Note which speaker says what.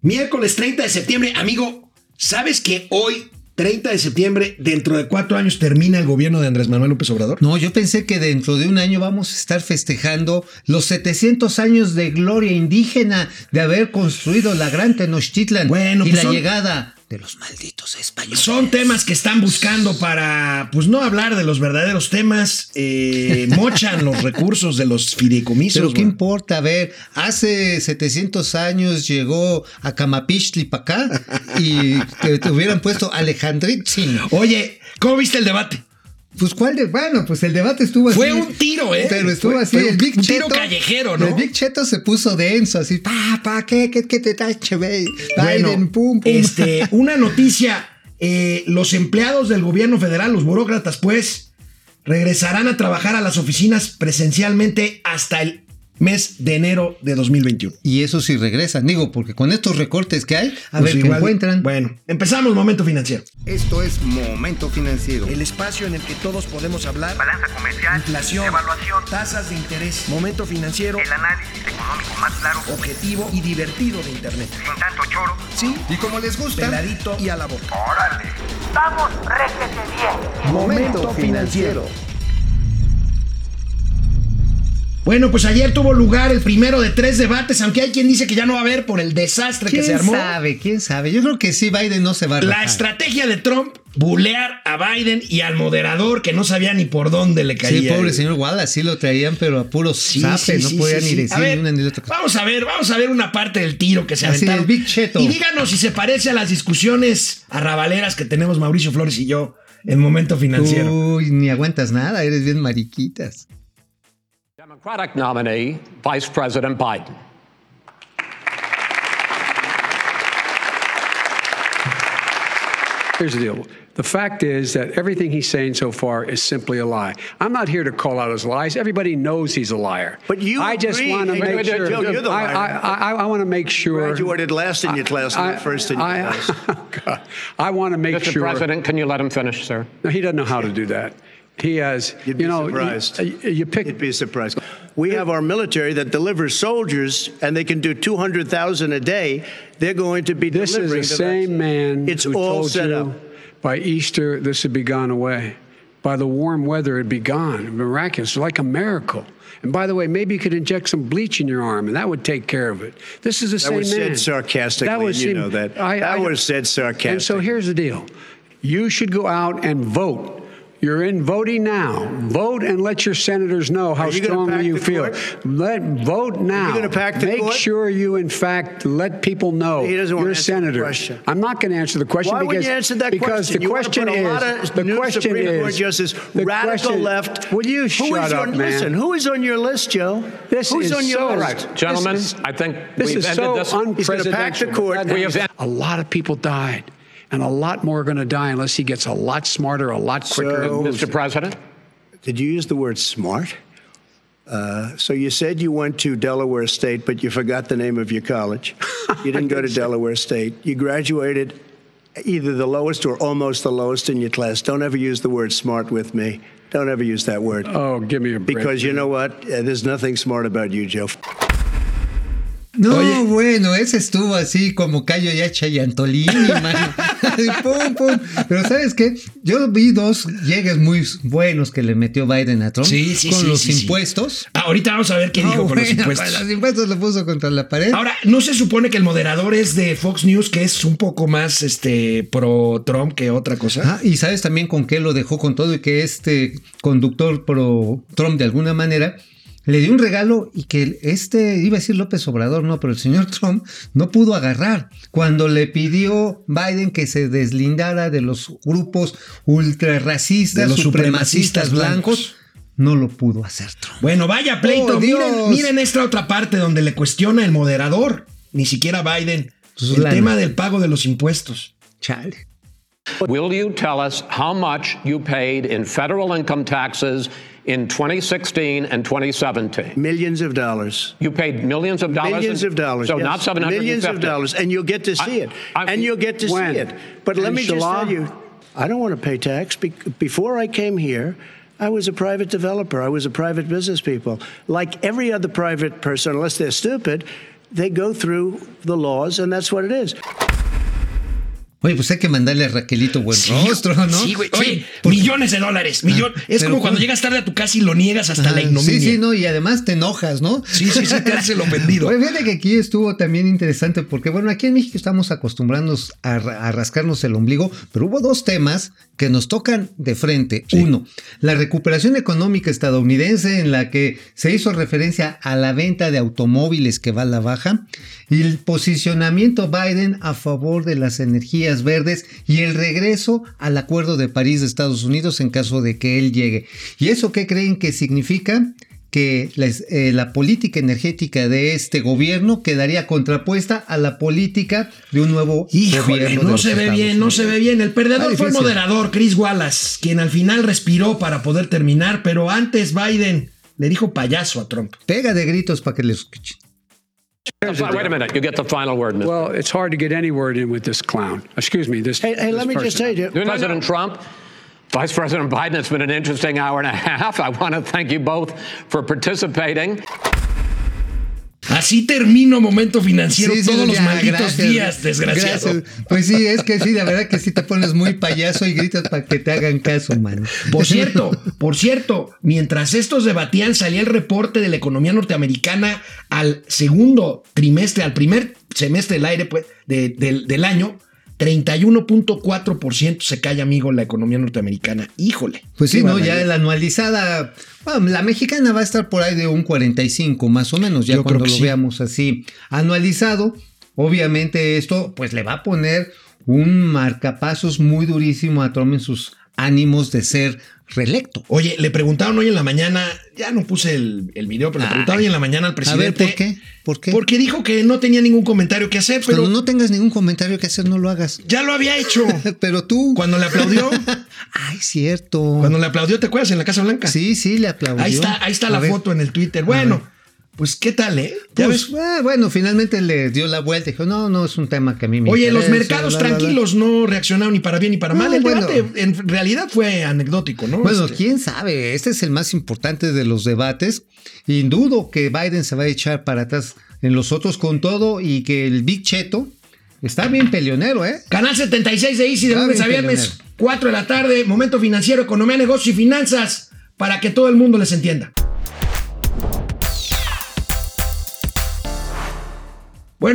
Speaker 1: Miércoles 30 de septiembre, amigo, ¿sabes que hoy, 30 de septiembre, dentro de cuatro años, termina el gobierno de Andrés Manuel López Obrador?
Speaker 2: No, yo pensé que dentro de un año vamos a estar festejando los 700 años de gloria indígena de haber construido la gran Tenochtitlan
Speaker 1: Bueno,
Speaker 2: y
Speaker 1: pues
Speaker 2: la
Speaker 1: son-
Speaker 2: llegada de los malditos españoles.
Speaker 1: Son temas que están buscando para, pues no hablar de los verdaderos temas, eh, mochan los recursos de los fideicomisos.
Speaker 2: Pero qué
Speaker 1: güey.
Speaker 2: importa, a ver, hace 700 años llegó a Camapichtli para acá y te, te hubieran puesto Alejandritzin.
Speaker 1: Oye, ¿cómo viste el debate?
Speaker 2: Pues cuál de, bueno, pues el debate estuvo así.
Speaker 1: Fue un tiro, ¿eh?
Speaker 2: Pero estuvo
Speaker 1: Fue-
Speaker 2: así,
Speaker 1: fue
Speaker 2: el
Speaker 1: un-
Speaker 2: Big
Speaker 1: un
Speaker 2: Cheto.
Speaker 1: tiro callejero, ¿no?
Speaker 2: El Big Cheto se puso denso, así, pa, pa, ¿qué, qué, qué te tache, güey? Biden,
Speaker 1: Bueno,
Speaker 2: pum, pum.
Speaker 1: Este, una noticia. eh, los empleados del gobierno federal, los burócratas, pues, regresarán a trabajar a las oficinas presencialmente hasta el mes de enero de 2021.
Speaker 2: Y eso sí regresan, digo, porque con estos recortes que hay, a
Speaker 1: Pues
Speaker 2: ver qué
Speaker 1: igual-
Speaker 2: encuentran.
Speaker 1: Bueno, empezamos momento financiero.
Speaker 3: Esto es Momento Financiero.
Speaker 1: El espacio en el que todos podemos hablar.
Speaker 4: balanza comercial,
Speaker 1: Inflación,
Speaker 4: evaluación,
Speaker 1: tasas de interés, momento financiero,
Speaker 4: el análisis económico más claro,
Speaker 1: Oh. objetivo y divertido de Internet.
Speaker 4: sin tanto choro.
Speaker 1: Sí,
Speaker 3: Y como les gusta,
Speaker 1: peladito y a la boca.
Speaker 4: ¡Órale! ¡Vamos, réjete bien!
Speaker 3: Momento Financiero.
Speaker 1: Bueno, pues ayer tuvo lugar el primero de tres debates, aunque hay quien dice que ya no va a haber por el desastre que
Speaker 2: ¿Quién
Speaker 1: se armó.
Speaker 2: sabe? ¿Quién sabe? Yo creo que sí, Biden no se va a
Speaker 1: La
Speaker 2: rajar.
Speaker 1: estrategia de Trump, bulear a Biden y al moderador que no sabía ni por dónde le caía.
Speaker 2: Sí, pobre señor Wallace, sí lo traían, pero a puro
Speaker 1: Sí,
Speaker 2: zape,
Speaker 1: sí,
Speaker 2: no
Speaker 1: sí,
Speaker 2: podía
Speaker 1: sí,
Speaker 2: ni
Speaker 1: sí.
Speaker 2: decir
Speaker 1: A ver,
Speaker 2: ni una ni otra cosa.
Speaker 1: Vamos a ver, vamos a ver una parte del tiro que se
Speaker 2: Así,
Speaker 1: aventaron.
Speaker 2: el Big Cheto.
Speaker 1: Y díganos si se parece a las discusiones arrabaleras que tenemos Mauricio Flores y yo en Momento Financiero.
Speaker 2: Uy, ni aguantas nada, eres bien mariquitas.
Speaker 5: Democratic nominee, Vice President Biden.
Speaker 6: Here's the deal. The fact is that everything he's saying so far is simply a lie. I'm not here to call out his lies. Everybody knows he's a liar.
Speaker 7: But you
Speaker 6: I just
Speaker 7: agree.
Speaker 6: want to
Speaker 7: Wait,
Speaker 6: make
Speaker 7: wait,
Speaker 6: sure.
Speaker 7: Joe, you're the liar.
Speaker 6: I, I, I, I want to make sure.
Speaker 7: Graduated last in your class, not first in your
Speaker 6: I,
Speaker 7: class.
Speaker 6: God. I want to make
Speaker 5: Mr.
Speaker 6: sure.
Speaker 5: President, can you let him finish, sir?
Speaker 6: No, he doesn't know how to do that. He has.
Speaker 7: You'd be
Speaker 6: you know,
Speaker 7: surprised.
Speaker 6: You, you pick.
Speaker 7: You'd be surprised. We have our military that delivers soldiers, and they can do 200,000 a day. They're going to be
Speaker 6: This is
Speaker 7: delivering
Speaker 6: the
Speaker 7: to
Speaker 6: same
Speaker 7: that.
Speaker 6: man
Speaker 7: It's
Speaker 6: who
Speaker 7: all
Speaker 6: told
Speaker 7: set
Speaker 6: you
Speaker 7: up.
Speaker 6: by Easter this would be gone away. By the warm weather, it'd be gone. Miraculous, like a miracle. And by the way, maybe you could inject some bleach in your arm, and that would take care of it. This is the
Speaker 7: That
Speaker 6: same
Speaker 7: was
Speaker 6: man.
Speaker 7: said sarcastically,
Speaker 6: That
Speaker 7: and you
Speaker 6: him-
Speaker 7: know that. That was said
Speaker 6: And so
Speaker 7: sarcastically.
Speaker 6: here's the deal: you should go out and vote. You're in voting now. Vote and let your senators know how
Speaker 7: Are you gonna
Speaker 6: strongly
Speaker 7: pack
Speaker 6: you
Speaker 7: the
Speaker 6: feel.
Speaker 7: court?
Speaker 6: Let vote now.
Speaker 7: gonna pack the
Speaker 6: Make
Speaker 7: court?
Speaker 6: sure you, in fact, let people know
Speaker 7: He doesn't want
Speaker 6: Oh, you're a
Speaker 7: to answer the
Speaker 6: senator.
Speaker 7: question.
Speaker 6: I'm not going to answer the question
Speaker 7: Why
Speaker 6: because
Speaker 7: wouldn't you answer that
Speaker 6: because
Speaker 7: question?
Speaker 6: the
Speaker 7: You wanna
Speaker 6: question
Speaker 7: put a
Speaker 6: is
Speaker 7: lot of
Speaker 6: the
Speaker 7: new
Speaker 6: question
Speaker 7: Supreme
Speaker 6: is
Speaker 7: Court justice,
Speaker 6: the
Speaker 7: radical
Speaker 6: question-
Speaker 7: left.
Speaker 6: Will you
Speaker 7: Who
Speaker 6: shut
Speaker 7: is
Speaker 6: up,
Speaker 7: on,
Speaker 6: man?
Speaker 7: Listen, who is on your list, Joe?
Speaker 6: This
Speaker 7: Who's
Speaker 6: is
Speaker 7: on your
Speaker 6: so-
Speaker 7: list?
Speaker 6: All right,
Speaker 5: Gentlemen,
Speaker 7: This is-
Speaker 5: I think
Speaker 6: This
Speaker 5: we've
Speaker 6: is
Speaker 5: ended
Speaker 6: so
Speaker 5: this.
Speaker 7: He's gonna pack the
Speaker 6: unprecedented.
Speaker 7: court.
Speaker 5: We have
Speaker 6: a lot of people died, and a lot more are going to die unless he gets a lot smarter, a lot quicker.
Speaker 7: So-
Speaker 5: Mr. President,
Speaker 7: Did you use the word smart? Uh, so you said you went to Delaware State, but you forgot the name of your college. You didn't go to Delaware State. You graduated either the lowest or almost the lowest in your class. Don't ever use the word smart with me. Don't ever use that word.
Speaker 6: oh, give me a break.
Speaker 7: because you know what? Uh, there's nothing smart about you, Joe.
Speaker 2: No,
Speaker 1: Oye.
Speaker 2: bueno, ese estuvo así como Cayo Yacha y Antolini, mano. Pum, pum. Pero ¿sabes qué? Yo vi dos llegues muy buenos que le metió Biden a Trump
Speaker 1: Sí, sí,
Speaker 2: con
Speaker 1: sí,
Speaker 2: los
Speaker 1: sí, sí.
Speaker 2: impuestos.
Speaker 1: Ah, ahorita vamos a ver qué
Speaker 2: No,
Speaker 1: dijo con los
Speaker 2: Ah, bueno, pues,
Speaker 1: impuestos.
Speaker 2: para los impuestos lo puso contra la pared.
Speaker 1: Ahora, ¿no se supone que el moderador es de Fox News, que es un poco más este pro Trump que otra cosa?
Speaker 2: Ah, y sabes también con qué lo dejó con todo y que este conductor pro Trump de alguna manera le dio un regalo y que el- este, iba a decir López Obrador, no, pero el señor Trump no pudo agarrar cuando le pidió Biden que se deslindara de los grupos ultrarracistas,
Speaker 1: De los
Speaker 2: supremacistas
Speaker 1: supremacistas
Speaker 2: blancos.
Speaker 1: blancos.
Speaker 2: No lo pudo hacer Trump.
Speaker 1: Bueno, vaya pleito.
Speaker 2: ¡Oh, Dios!
Speaker 1: miren, miren esta otra parte donde le cuestiona el moderador, ni siquiera Biden,
Speaker 2: Pues,
Speaker 1: el
Speaker 2: lana.
Speaker 1: tema del pago de los impuestos.
Speaker 2: Chale.
Speaker 5: will you tell us how much you paid in federal income taxes in 2016 and 2017?
Speaker 7: Millions of dollars.
Speaker 5: You paid millions of dollars.
Speaker 7: Millions
Speaker 5: in-
Speaker 7: of dollars.
Speaker 5: So
Speaker 7: yes.
Speaker 5: not 750.
Speaker 7: Millions of dollars, and you'll get to see
Speaker 5: I-
Speaker 7: it,
Speaker 5: I-
Speaker 7: and you'll get to
Speaker 6: When?
Speaker 7: see it. But let me just
Speaker 6: Inshallah.
Speaker 7: tell you, I don't want to pay tax. Be- before I came here, I was a private developer. I was a private business people, like every other private person, unless they're stupid. They go through the laws, and that's what it is.
Speaker 2: Oye, pues hay que mandarle a Raquelito buen
Speaker 1: Sí,
Speaker 2: Pues, rostro, ¿no?
Speaker 1: Sí, güey. Oye,
Speaker 2: por-
Speaker 1: millones de dólares. millón- es
Speaker 2: pero
Speaker 1: como cuando
Speaker 2: ¿cómo?
Speaker 1: llegas tarde a tu casa y lo niegas hasta
Speaker 2: Ah,
Speaker 1: la ignominia.
Speaker 2: Sí, sí, no, y además te enojas, ¿no?
Speaker 1: Sí, sí, sí, te haces el ofendido.
Speaker 2: Oye, fíjate que aquí estuvo también interesante porque, bueno, aquí en México estamos acostumbrándonos a, ra- a rascarnos el ombligo, pero hubo dos temas que nos tocan de frente. Uno, la recuperación económica estadounidense en la que se hizo referencia a la venta de automóviles que va a la baja y el posicionamiento Biden a favor de las energías verdes y el regreso al Acuerdo de París de Estados Unidos en caso de que él llegue. ¿Y eso qué creen que significa? que la, es- eh, la política energética de este gobierno quedaría contrapuesta a la política de un nuevo
Speaker 1: Híjole,
Speaker 2: gobierno. de
Speaker 1: no
Speaker 2: los
Speaker 1: se ve
Speaker 2: Estados
Speaker 1: bien, no
Speaker 2: Unidos.
Speaker 1: se ve bien. El
Speaker 2: Está
Speaker 1: perdedor fue el
Speaker 2: difícil.
Speaker 1: moderador, Chris Wallace, quien al final respiró para poder terminar, pero antes Biden le dijo payaso a Trump.
Speaker 2: Pega de gritos para que les escuchen.
Speaker 5: Wait a minute. You get the final word, Mr.
Speaker 6: Well, it's hard to get any word in with this clown. Excuse me, this.
Speaker 7: Hey, hey
Speaker 6: this
Speaker 7: let me just
Speaker 6: person.
Speaker 7: tell you,
Speaker 5: President Trump, Vice President Biden, it's been an interesting hour and a half. I want to thank you both for participating.
Speaker 1: Así termino momento financiero
Speaker 2: Sí, sí,
Speaker 1: todos los
Speaker 2: ya,
Speaker 1: malditos
Speaker 2: gracias.
Speaker 1: días, desgraciado.
Speaker 2: Gracias. Pues sí, es que sí, la verdad que sí te pones muy payaso y gritas para que te hagan caso, mano.
Speaker 1: Por cierto, por cierto, mientras estos debatían, salía el reporte de la economía norteamericana al segundo trimestre, al primer semestre del aire pues, de- del, del año. 31.4% se cae, amigo, la economía norteamericana. Híjole.
Speaker 2: Pues sí,
Speaker 1: Qué
Speaker 2: no,
Speaker 1: barbaridad.
Speaker 2: ya la anualizada, bueno, la mexicana va a estar por ahí de un 45 más o menos, ya
Speaker 1: Yo creo
Speaker 2: cuando
Speaker 1: que
Speaker 2: lo
Speaker 1: sí.
Speaker 2: veamos así anualizado, obviamente esto pues le va a poner un marcapasos muy durísimo a Trump en sus ánimos de ser reelecto.
Speaker 1: Oye, le preguntaron hoy en la mañana, ya no puse el, el video, pero le preguntaron hoy en la mañana al
Speaker 2: A
Speaker 1: presidente.
Speaker 2: ver, ¿por qué? ¿Por qué?
Speaker 1: Porque dijo que no tenía ningún comentario que hacer, pero
Speaker 2: Cuando no tengas ningún comentario que hacer, no lo hagas.
Speaker 1: ya lo había hecho.
Speaker 2: Pero tú...
Speaker 1: Cuando le aplaudió,
Speaker 2: Ay, cierto.
Speaker 1: cuando le aplaudió, ¿te acuerdas? En la Casa Blanca.
Speaker 2: Sí, sí, le aplaudió.
Speaker 1: Ahí está, ahí está
Speaker 2: A
Speaker 1: la
Speaker 2: ver,
Speaker 1: foto en el Twitter. Bueno, pues qué tal, ¿eh? Ya
Speaker 2: pues,
Speaker 1: ves.
Speaker 2: ah, bueno, finalmente le dio la vuelta y dijo, no, no, es un tema que a mí me
Speaker 1: Oye, los
Speaker 2: interesa,
Speaker 1: mercados
Speaker 2: bla, bla, bla".
Speaker 1: tranquilos no reaccionaron ni para bien ni para
Speaker 2: No,
Speaker 1: mal. El
Speaker 2: bueno.
Speaker 1: debate en realidad fue anecdótico, ¿no?
Speaker 2: Bueno,
Speaker 1: Este,
Speaker 2: quién sabe, este es el más importante de los debates y dudo que Biden se va a echar para atrás en los otros con todo y que el Big Cheto está bien peleonero, ¿eh?
Speaker 1: Canal 76 de Easy de
Speaker 2: Ah,
Speaker 1: lunes a
Speaker 2: bien,
Speaker 1: viernes,
Speaker 2: Leonel.
Speaker 1: 4 de la tarde, momento financiero, economía, negocios y finanzas, para que todo el mundo les entienda.